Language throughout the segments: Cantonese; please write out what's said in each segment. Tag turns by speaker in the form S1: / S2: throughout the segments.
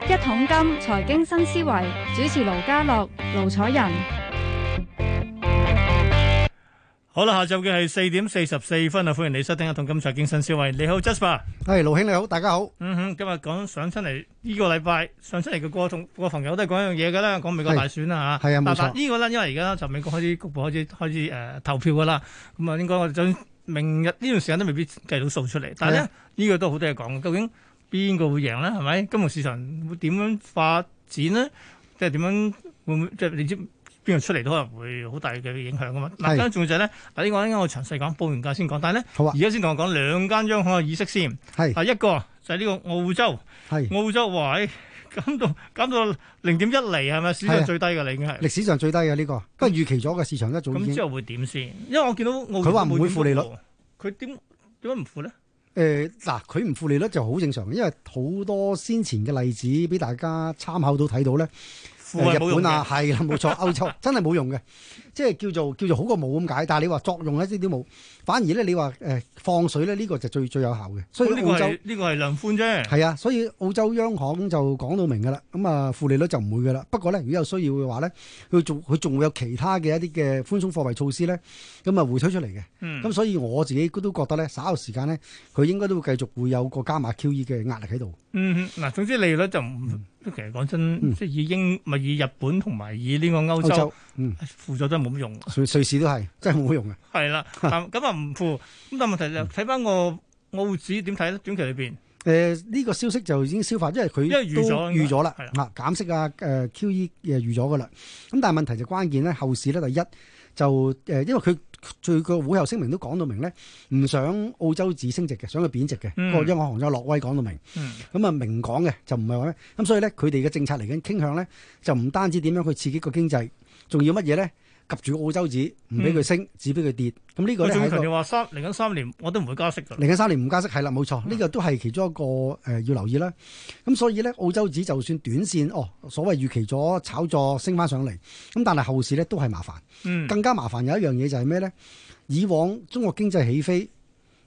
S1: 金財經新思維主持盧家樂、盧楚仁。
S2: 好啦，下晝嘅係四點四十四分啊！歡迎你收聽《一桶金財經新思維》。你好，Jasper。
S3: 係，盧兄你好，大家好。
S2: 嗯哼，今日講上出嚟呢個禮拜上出嚟嘅個同個朋友都係講一樣嘢㗎啦，講美國大選啦嚇。
S3: 係啊
S2: 嗱
S3: 冇
S2: 嗱
S3: 錯
S2: 呢個咧，因為而家就美國開始局部開始開始誒、呃投票㗎啦，咁啊應該我哋將明日呢段時間都未必計到數出嚟。但係
S3: 係
S2: 咧
S3: 啊
S2: 呢個都好多嘢講，究竟邊個會贏咧？係咪金融市場會點樣發展咧？即係點樣會唔會即係你知？邊個出嚟都可能會好大嘅影響㗎嘛。嗱，
S3: 係
S2: 跟住仲要就係咧，嗱呢個陣間我詳細講，報完價先講。但係咧，
S3: 好啊
S2: 而家先同我講兩間央行嘅議息先。
S3: 係
S2: 啊，一個就係呢個澳洲，
S3: 係
S2: 澳洲話唉減到減到零點一厘係咪史上
S3: 係啊
S2: 最低㗎啦已經係？
S3: 歷史上最低嘅啊呢個，不過預期咗嘅市場一早已
S2: 咁之
S3: 經。
S2: 後會點先？因為我見到澳
S3: 佢話唔
S2: 冇
S3: 會
S2: 點
S3: 負利率
S2: 喐喎，佢點點解唔負咧？
S3: 誒嗱，佢唔負利率就好正常，因為好多先前嘅例子俾大家參考到睇到咧。
S2: 負
S3: 誒
S2: 係
S3: 日
S2: 冇用
S3: 本啊，
S2: 嘅。
S3: 係啦，冇錯， 歐洲真係冇用嘅，即係叫做叫做好過冇咁解。但係你話作用咧，呢啲冇，反而咧你話誒、放水咧，呢、個就最最有效嘅。所以
S2: 咁呢個
S3: 澳洲
S2: 係呢個係量寬啫。
S3: 係啊，所以澳洲央行就講到明㗎啦，咁啊負利率就唔會㗎啦。不過咧，如果有需要嘅話咧，佢仲佢仲會有其他嘅一啲嘅寬鬆貨幣措施咧，咁啊回推出嚟嘅。
S2: 嗯
S3: 咁所以我自己都覺得咧，稍後時間咧，佢應該都會繼續會有個加碼 QE 嘅壓力喺度。
S2: 嗯哼，嗱，總之利率就唔，其實講真，
S3: 嗯
S2: 即係以英咪以日本同埋以呢個歐
S3: 歐
S2: 洲
S3: 洲、嗯，
S2: 負咗都係冇乜用。
S3: 瑞瑞士都係真係冇用嘅。啊
S2: 係啦，咁咁啊唔負。咁但係問題就
S3: 嗯
S2: 睇翻個澳紙點睇咧？短期裏邊，
S3: 誒、呃呢、個消息就已經消化，因為佢
S2: 因為預
S3: 都
S2: 咗
S3: 預咗啦
S2: 係啦，
S3: 嚇減息啊，誒、QE 誒預咗噶啦。咁但係問題就關鍵咧，後市咧第一就誒、呃因為佢最個會後聲明都講到明咧，唔想澳洲紙升值嘅，想佢貶值嘅。
S2: 嗯
S3: 個央行行長諾威講到明，
S2: 嗯。
S3: 咁啊明講嘅就唔係話咩，咁所以咧佢哋嘅政策嚟緊傾向咧，就唔單止點樣去刺激個經濟，仲要乜嘢咧？及住澳洲紙唔俾佢升，只俾佢跌。咁呢個
S2: 我
S3: 咧
S2: 仲
S3: 係
S2: 嗯要
S3: 一個
S2: 強調話三嚟緊三年我都唔會加息 㗎啦。
S3: 嚟緊三年唔加息係啦，
S2: 嗯
S3: 冇錯，呢、個都係其中一個誒、呃要留意啦。咁所以咧，澳洲指就算短線哦，所謂預期咗炒作升翻上嚟，咁但係後市咧都係麻煩，
S2: 嗯，
S3: 更加麻煩有一樣嘢就係咩咧？以往中國經濟起飛，誒、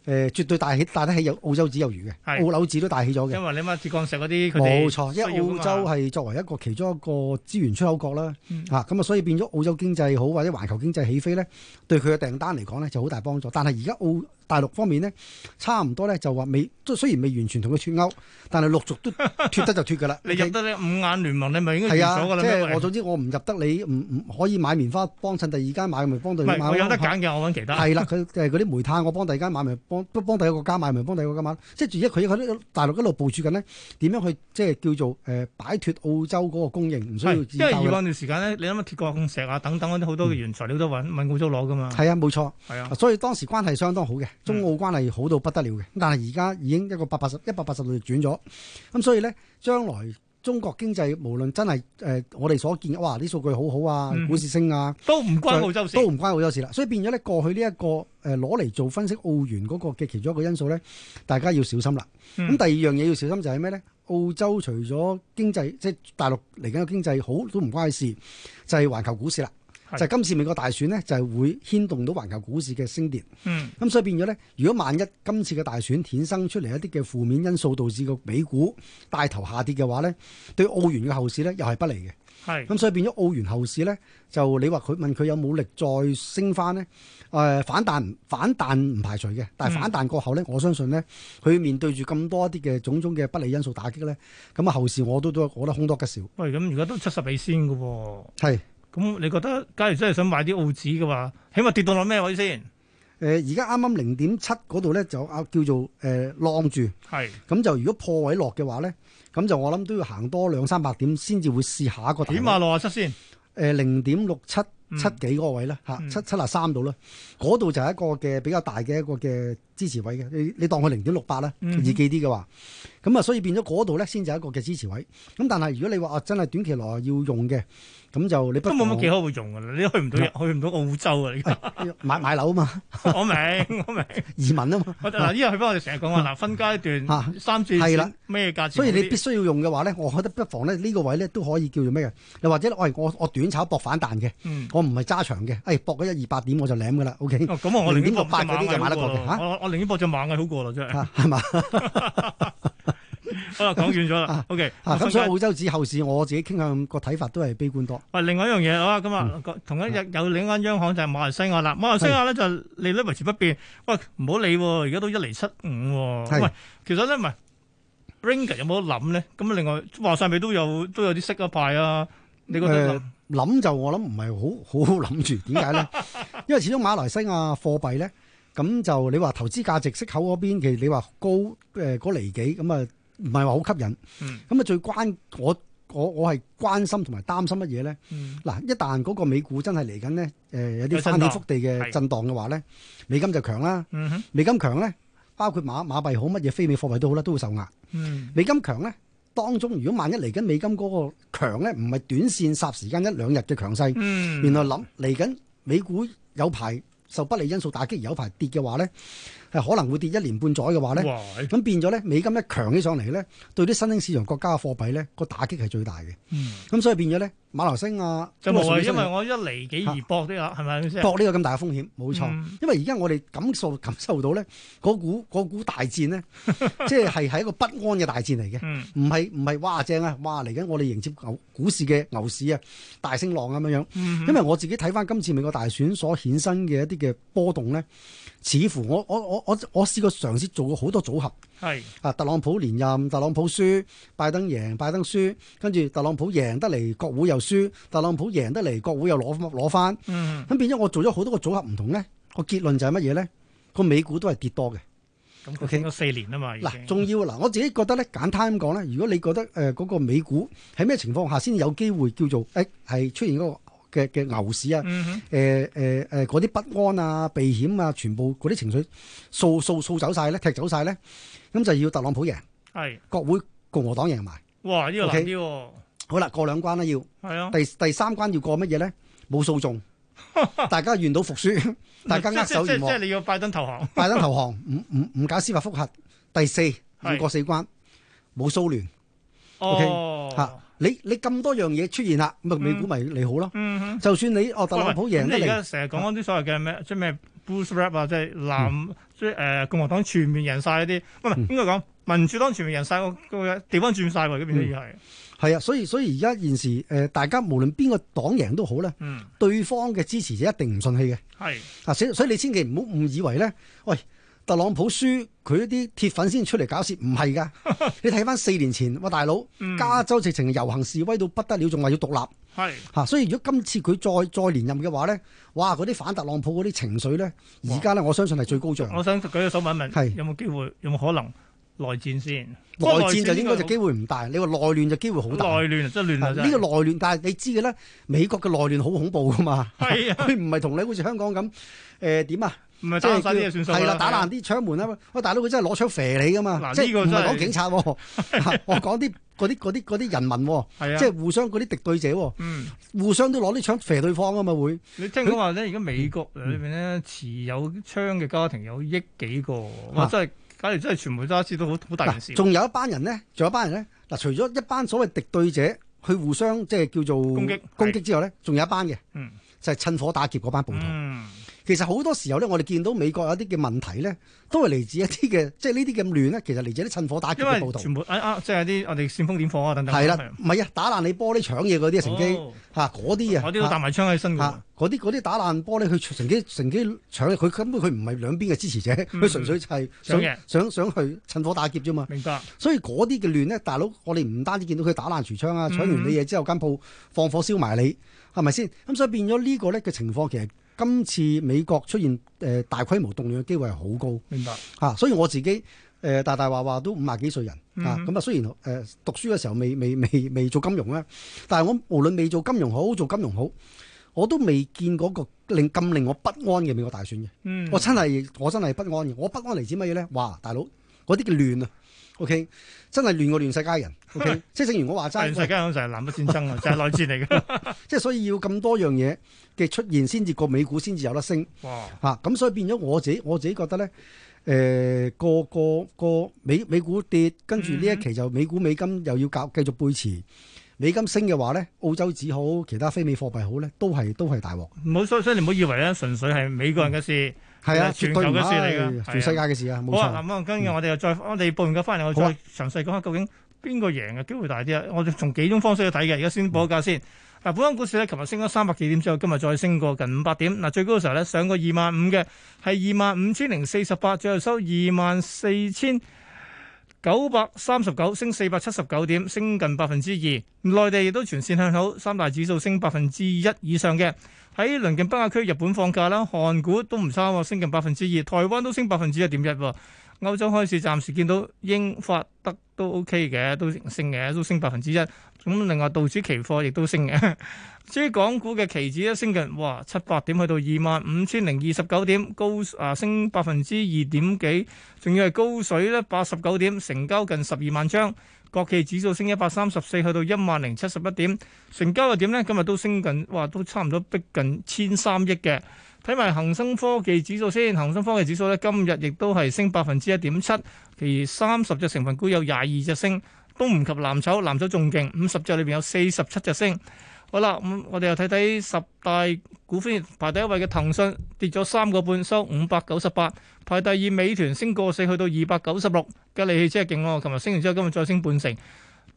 S3: 呃、絕對帶起帶得起有澳洲指有餘嘅，
S2: 係
S3: 澳紐指都帶起咗嘅
S2: 因。為你乜鐵礦石嗰啲佢哋
S3: 冇錯，因為澳洲
S2: 係
S3: 係作為一個其中一個資源出口國啦
S2: 嗯，
S3: 嚇咁啊，所以變咗澳洲經濟好或者環球經濟起飛咧，對佢嘅訂單嚟講咧就好大幫助。但係而家澳大陸方面咧，差唔多咧就話未，即係雖然未完全同佢脱歐，但係陸續 都脱得就脱㗎啦。
S2: 你入得呢五眼聯盟，你咪應該
S3: 係
S2: 入
S3: 啊
S2: 咗㗎，啦。
S3: 即
S2: 因
S3: 係
S2: 為
S3: 我總之我唔入得你，唔唔可以買棉花幫襯第二間買，咪幫第
S2: 唔
S3: 二間
S2: 係
S3: 買
S2: 我
S3: 咯
S2: 有得揀嘅，我揾其他。
S3: 係啦，佢誒嗰啲煤炭，我幫第二間買咪幫幫幫第二個國家買咪幫第二個國家買，即係而家佢喺大陸一路部署緊咧，點樣去即係叫做誒、呃、擺脱澳洲嗰個供應，唔需要自
S2: 係因為以
S3: 救
S2: 往
S3: 啦。
S2: 段時間咧，你諗下鐵礦石啊等等嗰啲好多嘅原材料都揾揾澳洲攞㗎嘛。
S3: 嗯係啊，冇錯，
S2: 係啊，嗯
S3: 所以當時關係相當好嘅，中澳關係好到不得了嘅。但係而家已經一個百八十一百八十度轉咗，咁所以咧，將來中國經濟無論真係誒、呃我哋所見，哇啲數據好好啊
S2: 嗯，
S3: 股市升啊，
S2: 都唔關澳洲事
S3: 都。唔關澳洲事啦。所以變咗咧，過去呢、一個誒攞嚟做分析澳元嗰個嘅其中一個因素咧，大家要小心啦。咁
S2: 嗯
S3: 第二樣嘢要小心就係咩咧？澳洲除咗經濟，即係大陸嚟緊嘅經濟好都唔關佢事，就係、環球股市啦。
S2: 係
S3: 就係今次美國大選咧，就係、會牽動到環球股市嘅升跌。
S2: 嗯
S3: 咁所以變咗咧，如果萬一今次嘅大選衍生出嚟一啲嘅負面因素，導致個美股帶頭下跌嘅話咧，對澳元嘅後市咧又係不利嘅。
S2: 係
S3: 咁所以變咗澳元後市咧，就你話佢問佢有冇力再升翻咧？誒、反彈反彈唔排除嘅，但係反彈過後咧，我相信咧，佢面對住咁多一啲嘅種種嘅不利因素打擊咧，咁啊後市我都都覺得空多吉少。
S2: 喂，咁而家都七十美先嘅喎。
S3: 係
S2: 咁你覺得，假如真係想買啲澳紙嘅話，起碼跌到落咩位先？
S3: 誒，而家啱啱零點七嗰度咧就啊叫做誒、浪住，
S2: 係
S3: 咁就如果破位落嘅話咧，咁就我諗都要行多兩三百點先至會試下一個大
S2: 起
S3: 位。
S2: 碼六啊七先。
S3: 誒呃零點六七
S2: 嗯
S3: 七幾嗰個位啦，嚇、
S2: 嗯
S3: 七七啊三度啦，嗰度就係一個嘅比較大嘅一個嘅支持位嘅，你你當佢零點六八啦，
S2: 嗯
S3: 易記啲嘅話，咁啊所以變咗嗰度咧先就係一個嘅支持位。咁但係如果你話啊真係短期內要用嘅，咁就你不
S2: 都冇乜幾
S3: 妨
S2: 可會用㗎啦，你都去唔到去唔到澳洲啊！你 而家
S3: 買買樓啊 嘛，
S2: 我明我明，
S3: 移民啊嘛，
S2: 我嗱呢個去翻我哋成日講話嗱分階
S3: 啊
S2: 段三至
S3: 係啦
S2: 咩價錢嗰啲，
S3: 所以你必須要用嘅話咧，我覺得不妨咧呢個位咧都可以叫做咩嘅，又或者喂我我短炒搏反彈嘅，
S2: 嗯
S3: 我唔係揸長嘅，誒哎搏嗰一二百點我就舐㗎啦，OK
S2: 哦咁我我寧願搏隻
S3: 0.68嗰啲就買
S2: 馬
S3: 得
S2: 好
S3: 過
S2: 過
S3: 嘅
S2: 啦
S3: 嚇
S2: 我我寧願搏隻馬嘅好過啦，真係
S3: 嚇係嘛？
S2: 好啦，講遠咗啦
S3: 啊。
S2: OK，
S3: 啊，
S2: 我
S3: 咁
S2: 分
S3: 所以
S2: 解
S3: 澳洲指後市，我自己傾向個睇法都係悲觀多。
S2: 喂，另外一樣嘢啊，咁啊，同一日有另一間央行就係馬來西亞啦。馬來西亞咧就利率維持不變。喂，唔好理喎，而家都一厘七五喎。
S3: 係
S2: 喂，其實咧唔係 Ringgit 有冇得諗咧？咁另外話晒尾都有都有啲息一派啊。你覺得
S3: 誒諗就我諗唔係好好 好諗住，點 解咧？因為始終馬來西亞貨幣咧，咁就你話投資價值息口嗰邊，其實你話高誒嗰離幾咁啊，唔係話好吸引。
S2: 嗯
S3: 咁啊，最關我我我係關心同埋擔心乜嘢咧？
S2: 嗯
S3: 嗱，一旦嗰個美股真係嚟緊咧，誒、有
S2: 有
S3: 啲
S2: 震
S3: 翻天
S2: 盪
S3: 覆地嘅
S2: 係
S3: 震盪嘅話咧，美金就強啦。
S2: 嗯哼
S3: 美金強咧，包括馬馬幣好乜嘢非美貨幣都好啦，都會受壓。
S2: 嗯
S3: 美金強咧，當中如果萬一嚟緊美金嗰個強咧，唔係短線霎時間一兩日嘅強勢，
S2: 嗯，
S3: 原來諗嚟緊美股有排受不利因素打擊，有排跌嘅話咧，係可能會跌一年半載嘅話咧，
S2: 哇
S3: 咁變咗咧美金一強起上嚟咧，對啲新興市場國家嘅貨幣咧個打擊係最大嘅。
S2: 嗯
S3: 咁所以變咗咧，馬來西亞
S2: 就無謂，
S3: 因
S2: 啊因為
S3: 為
S2: 我一厘幾而搏啲啦，係咪先？啊
S3: 搏呢個咁大嘅風險，冇錯。
S2: 嗯
S3: 因為而家我哋感受感受到咧，嗰股嗰股大戰 咧，即係係係一個不安嘅大戰嚟嘅。
S2: 嗯
S3: 唔係唔係，哇正啊！哇嚟緊我哋迎接牛股市嘅牛市啊，大升浪咁樣樣。
S2: 嗯，
S3: 因為我自己睇翻今次美國大選所衍生嘅一啲嘅波動咧，似乎我我我我我試過嘗試做過好多組合
S2: 係
S3: 啊，特朗普連任，特朗普輸，拜登贏，拜登輸，跟住特朗普贏得嚟國會又輸，特朗普贏得嚟國會又攞攞翻，
S2: 嗯
S3: 咁變咗我做咗好多個組合唔同咧，個結論就係乜嘢咧？個美股都係跌多嘅。
S2: 咁
S3: OK
S2: 傾咗四年啊嘛，已
S3: 嗱，
S2: 經
S3: 仲要嗱，我自己覺得咧，簡單咁講咧，如果你覺得誒嗰、個美股喺咩情況下先有機會叫做誒係、出現嗰個嘅嘅牛市啊？
S2: 嗯哼
S3: 誒誒誒嗰啲不安啊、避險啊，全部嗰啲情緒掃掃掃走晒咧，踢走晒咧，咁就要特朗普贏，
S2: 係
S3: 國會共和黨贏埋。
S2: 哇，呢個
S3: OK
S2: 難啲喎，
S3: 好啦，過兩關啦，要
S2: 係啊。
S3: 第第三關要過乜嘢咧？冇訴訟，大家願賭服輸，大家握手
S2: 即即
S3: 言和
S2: 即。你要拜登投降，
S3: 拜登投降，唔唔唔搞司法覆核。第四
S2: 係
S3: 五個四關冇蘇聯
S2: 哦，
S3: 嚇，你你咁多樣嘢出現啦，咁咪啊美股咪利好咯。
S2: 嗯哼。
S3: 就算你哦特朗普
S2: 喂喂
S3: 贏
S2: 咁
S3: 得
S2: 你而
S3: 嚟，
S2: 家成日講緊啲所謂嘅咩，即係咩 boost rap 啊，即係藍即係誒共和黨全面贏晒嗰啲，唔係
S3: 嗯
S2: 應該講民主黨全面贏晒個個地方轉晒喎，嗰
S3: 嗯
S2: 邊都已係，
S3: 係啊，所以所以而家現時誒、呃大家無論邊個黨贏都好咧，
S2: 嗯，
S3: 對方嘅支持者一定唔順氣嘅。
S2: 係，
S3: 啊，所以所以你千祈唔好誤以為咧，喂，特朗普輸佢啲鐵粉先出嚟搞事，唔係 㗎。你睇翻四年前，哇大佬，
S2: 嗯
S3: 加州直情遊行示威到不得了，仲話要獨立。
S2: 係，
S3: 嚇、所以如果今次佢再再連任嘅話咧，哇！嗰啲反特朗普嗰啲情緒咧，而家咧我相信係最高漲。
S2: 我想舉個手問一問，
S3: 啊係
S2: 有冇機會，有冇可能內戰先？
S3: 內戰就應該就機會唔大，你話內亂就機會好
S2: 內
S3: 大。啊
S2: 亂啊，真係亂啊，
S3: 呢
S2: 真
S3: 個
S2: 係
S3: 內亂，但係你知嘅咧，美國嘅內亂好恐怖 噶嘛，
S2: 係 啊，
S3: 佢唔係同你好似香港咁，誒點啊，
S2: 唔係
S3: 即
S2: 打
S3: 係
S2: 晒啲嘢
S3: 叫
S2: 算數
S3: 係啦，打爛啲窗門啊！喂，大佬佢真係攞槍射你噶嘛，
S2: 嗱
S3: 即
S2: 呢個
S3: 係唔
S2: 真
S3: 係
S2: 係
S3: 講警察 喎，啊我講啲嗰啲嗰啲嗰啲人民喎，
S2: 係啊，
S3: 即係互相嗰啲敵對者喎，
S2: 嗯。
S3: 互相都攞啲槍射對方啊嘛會。
S2: 你聽講話咧，而家美國裏邊咧持有槍嘅家庭有億幾個，哇！
S3: 啊
S2: 真係，假如真係全部揸支都好好大件事
S3: 嗱，。仲有一班人咧，仲有一班人咧，嗱，除咗一班所謂敵對者去互相即係叫做
S2: 攻擊
S3: 攻擊之外咧，仲有一班嘅，
S2: 嗯
S3: 就係趁火打劫嗰班暴徒。
S2: 嗯，
S3: 其實好多時候咧，我哋見到美國有啲嘅問題咧，都係嚟自一啲嘅， 即係呢啲咁亂咧，其實嚟自啲趁火打劫
S2: 因
S3: 嘅暴
S2: 為
S3: 徒。
S2: 全部啊啊，即係啲我哋煽風點火啊等等。
S3: 係啦，唔係啊，打爛你玻璃搶嘢嗰啲啊，乘機
S2: 哦
S3: 嚇嗰啲啊，
S2: 我啲都搭埋槍喺身㗎
S3: 嚇嗰啲嗰啲打爛玻璃，佢乘機乘機搶，佢根本佢唔係兩邊嘅支持者，
S2: 嗯
S3: 佢純粹就係
S2: 想
S3: 想
S2: 贏
S3: 想想去趁火打劫啫嘛
S2: 喎，。明白？
S3: 所以嗰啲嘅亂咧，大佬，我哋唔單止見到佢打爛櫥窗啊，
S2: 嗯
S3: 搶完你嘢之後間鋪放火燒埋你，係咪先？咁所以變咗呢個咧嘅情況，其實今次美國出現誒、呃大規模動亂嘅機會係好高
S2: 明白。
S3: 嚇、啊所以我自己誒、呃大大話話都五廿幾歲人啊，
S2: 嗯
S3: 咁啊雖然誒、呃、讀書嘅時候未 未未未做金融啦，但係我無論未做金融好做金融好，我都未見嗰個令咁令我不安嘅美國大選嘅。
S2: 嗯，
S3: 我真係我真係不安嘅。我不安嚟自乜嘢咧？哇，大佬嗰啲嘅亂啊，OK，真係亂過亂世佳人，OK，即係 正如我話
S2: 全
S3: 齋，
S2: 世界
S3: 喂
S2: 咁就係南北戰爭啊，就係內戰嚟 嘅。
S3: 即係所以要咁多樣嘢嘅出現，先至個美股先至有得升
S2: 哇！
S3: 嚇。咁、所以變咗我自己，我自己覺得咧，誒、個個個美美股跌，跟
S2: 嗯
S3: 住呢一期就美股美金又要搞繼續背馳。美金升嘅話咧，澳洲紙好，其他非美貨幣好咧，都係都係大鑊。
S2: 唔好所以所以你唔好以為咧，純粹係美國人嘅事，
S3: 係啊，
S2: 全
S3: 絕
S2: 球
S3: 對唔
S2: 嘅事嚟
S3: 係
S2: 㗎係啊
S3: 全世界嘅事啊，冇
S2: 好啊，
S3: 錯。嗯
S2: 咁啊，跟住我哋又再，我哋報完價翻嚟，我再
S3: 好啊
S2: 詳細講下究竟邊個贏嘅機會大啲啊？我哋從幾種方式去睇嘅，而家先報個價
S3: 嗯
S2: 先。嗱，本港股市咧，琴日升咗三百幾點之後，今日再升過近五百點。嗱，最高嘅時候咧，上過二萬五嘅，係二萬五千零四十八，最後收二萬四千九百三十九，升四百七十九點，升近百分之二。內地亦都全線向好，三大指數升百分之一以上嘅。喺鄰近北亞區，日本放假啦，韓股都唔差喎，升近百分之二，台灣都升百分之一點一喎。歐洲開市暫時見到英法德都 OK 嘅，都升嘅，都升百分之一。咁另外道指期貨亦都升嘅。 至於港股嘅期指咧，啊升近哇七百點，去到二萬五千零二十九點，高啊升百分之二點幾，仲要係高水咧八十九點，成交近十二萬張。國企指數升一百三十四，去到一萬零七十一點，成交又點呢？今日都升近，哇，都差唔多逼近千三億嘅。睇埋恒生科技指數先，恒生科技指數咧今日亦都係升百分之一點七，其餘三十隻成分股有廿二隻升，都唔及藍籌，藍籌仲勁，五十隻裏邊有四十七隻升。好啦，咁、我哋又睇睇十大股份，排第一位嘅騰訊跌咗三個半，收五百九十八；排第二美團升個四，去到二百九十六。吉利汽車勁喎，琴日升完之後，今日再升半成，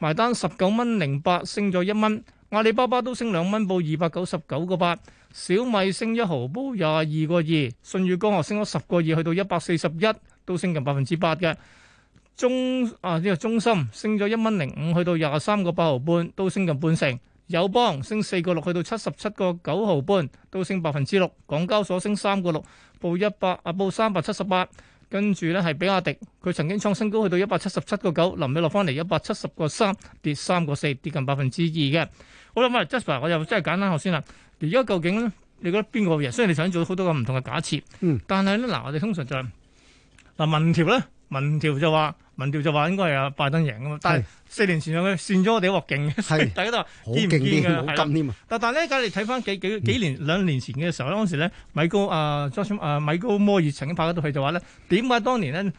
S2: 埋單十九蚊零八，升咗一蚊。阿里巴巴都升兩蚊，報二百九十九個八。小米升一毫，報廿二個二。舜宇光學升咗十個二，去到一百四十一，都升近百分之八嘅。中啊呢、個中芯升咗一蚊零五，去到廿三個八毫半，都升近半成。友邦升四個六，去到七十七個九毫半，都升百分之六。港交所升三個六，報一百啊報三百七十八。跟住咧係比亞迪，佢曾經創新高去到一百七十七個九，臨尾落翻嚟一百七十個三，跌三個四，跌近百分之二嘅。好啦，咁啊，Jasper，我又真係簡單學先啦。而家究竟咧，你覺得邊個贏？雖然你想做好多個唔同嘅假設，
S3: 嗯
S2: 但係咧嗱，我哋通常就係、嗱民調咧，民調就話民調就話應該係阿拜登贏噶嘛。但係
S3: 係
S2: 四年前佢扇咗我哋一鑊勁嘅，所以
S3: 係
S2: 大家都話
S3: 好
S2: 堅唔
S3: 勁
S2: 堅
S3: 添，
S2: 㗎？
S3: 好
S2: 係啦
S3: 金添啊！
S2: 但但係咧，假如你睇翻幾幾幾年兩年前嘅時候咧，嗰陣時咧，米高啊 Josh 啊米高摩爾曾經拍嗰套戲就話咧，點解當年咧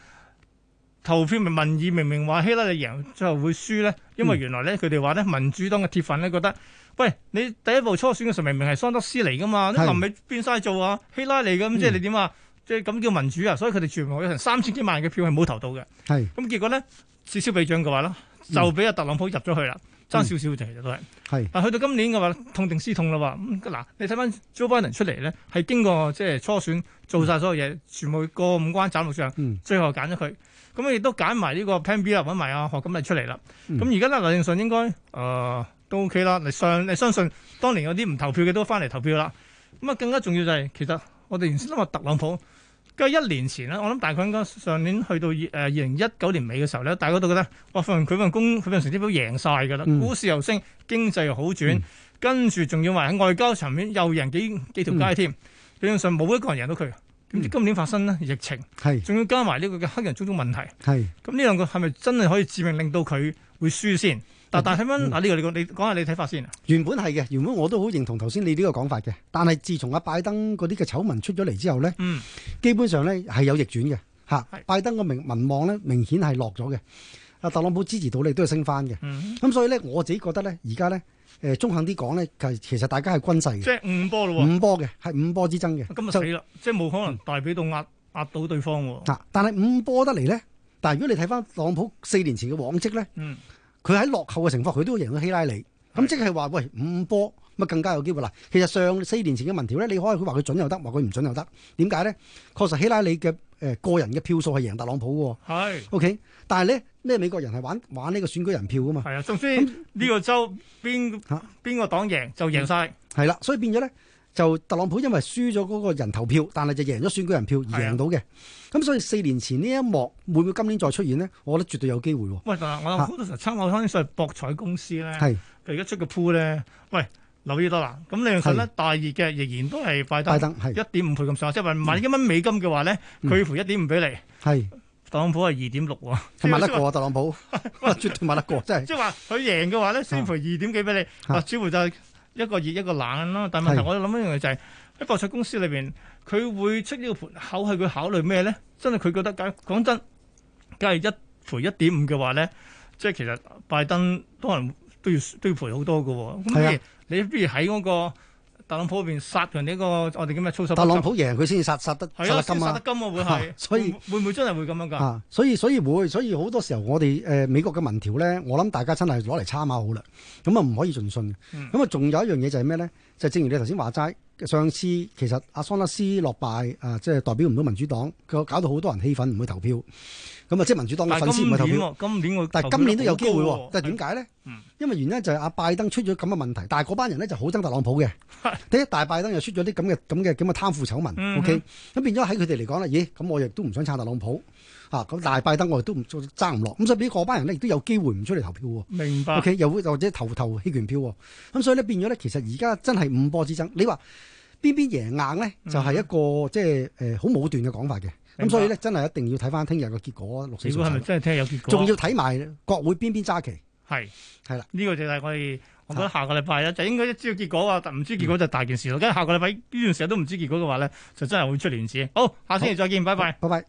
S2: 投票明民意明明話希拉里贏，最後會輸咧？因為原來咧佢哋話咧民主黨嘅鐵粉咧覺得，喂你第一步初選嘅時候明明係桑德斯嚟噶嘛，啲
S3: 係
S2: 臨尾變晒做啊希拉里咁，即係你點啊？即係咁叫民主啊！所以佢哋全部有成三千幾萬嘅票係冇投到嘅。
S3: 係
S2: 咁結果咧，此消彼長嘅話啦，就俾阿特朗普入咗去啦，爭少少啫，其實都係。
S3: 係
S2: 啊但去到今年嘅話，痛定思痛啦喎。咁嗱，你睇翻 Joe Biden 出嚟咧，係經過即係初選做晒所有嘢，全部過五關斬六將，
S3: 嗯
S2: 最後揀咗佢。咁亦都揀埋呢個 Plan B 啦，揾埋阿何錦麗出嚟啦。
S3: 嗯
S2: 咁而家咧，劉正信應該誒、呃都 OK 啦。你相你相信當年有啲唔投票嘅都翻嚟投票啦。咁啊，更加重要就係、其實我哋原先諗啊話特朗普。跟住一年前咧，我諗大概應該上年去到誒二零一九年尾嘅時候咧，大家都覺得哇份佢份工佢份成績表贏晒㗎啦，
S3: 嗯
S2: 股市又升，經濟又好轉，
S3: 嗯
S2: 跟住仲要話喺外交層面又贏幾幾條
S3: 嗯
S2: 街添，理論上冇一個人贏到佢。點知今年發生呢疫情，
S3: 係
S2: 仲要加埋呢個嘅黑人種種問題，
S3: 係。
S2: 咁呢兩個係咪真係可以致命令到佢會輸先？但但睇翻
S3: 嗯
S2: 嗱呢個你講你講下你睇法先啊。
S3: 原本係嘅，原本我都好認同頭先你呢個講法嘅。但係自從阿拜登嗰啲嘅醜聞出咗嚟之後咧，
S2: 嗯，
S3: 基本上咧係有逆轉嘅嚇
S2: 係。
S3: 拜登個民民望咧明顯係落咗嘅，阿特朗普支持到你都係升翻嘅。
S2: 嗯
S3: 咁所以咧我自己覺得咧，而家咧誒中肯啲講咧，其其實大家係均勢
S2: 即係五波咯喎，
S3: 嘅，五波嘅係五波之爭嘅。
S2: 今日
S3: 嗯就
S2: 死啦，即係冇可能大比到壓壓到對方喎。
S3: 嗱，但係五波得嚟咧，但係如果你睇翻特朗普四年前嘅往績咧，
S2: 嗯，
S3: 佢喺落後嘅情況，佢都贏到希拉里。咁
S2: 係
S3: 即係話，喂五波咪更加有機會啦。其實上四年前嘅民調咧，你可以佢話佢準又得，話佢唔準又得。點解咧？確實希拉里嘅誒、呃、個人嘅票數係贏特朗普嘅喎。
S2: 係。
S3: OK，但係咧咩美國人係玩玩呢個選舉人票噶嘛？
S2: 係啊，總之呢個州邊
S3: 嗯嚇嗯
S2: 邊個黨贏就贏晒，
S3: 係啦，所以變咗咧就特朗普因為輸咗嗰個人投票，但係就贏咗選舉人票而
S2: 係啊
S3: 贏到嘅。咁所以四年前呢一幕會唔會今年再出現咧？我覺得絕對有機會喎。
S2: 喂，但係我有
S3: 嚇
S2: 好多時候參考翻啲所謂博彩公司咧，佢
S3: 係
S2: 而家出個 pool 咧，喂，留意到啦。咁理論上咧，大熱嘅仍然都係拜
S3: 拜
S2: 登
S3: 登係
S2: 一點五倍咁上下，即係話買一蚊美金嘅話咧，
S3: 嗯
S2: 佢賠一點五俾你，
S3: 係
S2: 特朗普係二點六喎，
S3: 係買
S2: 即
S3: 得
S2: 係話
S3: 過啊特朗普， 絕對買得過，真係。
S2: 即係話佢贏嘅話咧，先賠二點幾俾你，
S3: 嚇
S2: 嗱，似乎就係一個熱一個冷啦。但係問題
S3: 啊係
S2: 我諗一樣嘢就係喺博彩公司裏邊，佢會出呢個盤口係佢考慮咩咧？真係佢覺得假講真，假如一賠一點五嘅話咧，即係其實拜登可能都要都要賠好多嘅喎。咁不
S3: 係啊
S2: 如你不如喺嗰個特朗普嗰邊殺人呢個我哋叫咩操守不
S3: 特朗
S2: 及
S3: 普贏佢先至殺殺得
S2: 係
S3: 殺
S2: 啊，
S3: 得
S2: 先
S3: 金
S2: 殺
S3: 啊
S2: 得！金啊，會係，
S3: 所以
S2: 會會唔會真係會咁樣㗎？
S3: 啊，所以所以會，所以好多時候我哋誒、呃美國嘅民調咧，我諗大家真係攞嚟參考好啦，咁啊唔可以盡信嘅
S2: 嗯
S3: 咁啊，仲有一樣嘢就係咩咧？就正如你頭先話齋，上次其實阿桑德斯落敗啊，即係代表唔到民主黨，佢搞到好多人氣憤唔去投票，咁啊即係民主黨嘅
S2: 但
S3: 粉
S2: 係
S3: 絲唔
S2: 今
S3: 去
S2: 年
S3: 投票。
S2: 喎，今年個
S3: 但係今年都有機會喎，但係點解咧
S2: 嗯？
S3: 因為原因就係阿拜登出咗咁嘅問題，但係嗰班人咧就好憎特朗普嘅。第一，大拜登又出咗啲咁嘅咁嘅咁嘅貪腐醜
S2: 嗯
S3: 聞
S2: 哼
S3: ，OK，咁變咗喺佢哋嚟講咧，咦，咁我亦都唔想撐特朗普啊，咁大拜登我亦都唔爭唔落，咁所以俾嗰班人咧亦都有機會唔出嚟投票喎。
S2: 明白
S3: O K，又會或者投投棄權票喎，咁所以咧變咗咧，其實而家真係五波之爭。你話邊邊贏硬咧，就係、一個即係誒好武斷嘅講法嘅。
S2: 嗯明白
S3: 咁所以咧，真係一定要睇翻聽日嘅結果六四
S2: 你估
S3: 數
S2: 係咪
S3: 曬，
S2: 真係聽日有結果？
S3: 仲要睇埋國會邊邊揸旗。
S2: 係
S3: 係啦，啊
S2: 呢個就係我哋，我覺得下個禮拜咧就應該一知道結果啊，但唔知結果就
S3: 嗯
S2: 大件事咯。跟住下個禮拜呢段時間都唔知結果嘅話咧，就真係會出亂子。好，下星期再見，拜拜。
S3: 拜拜。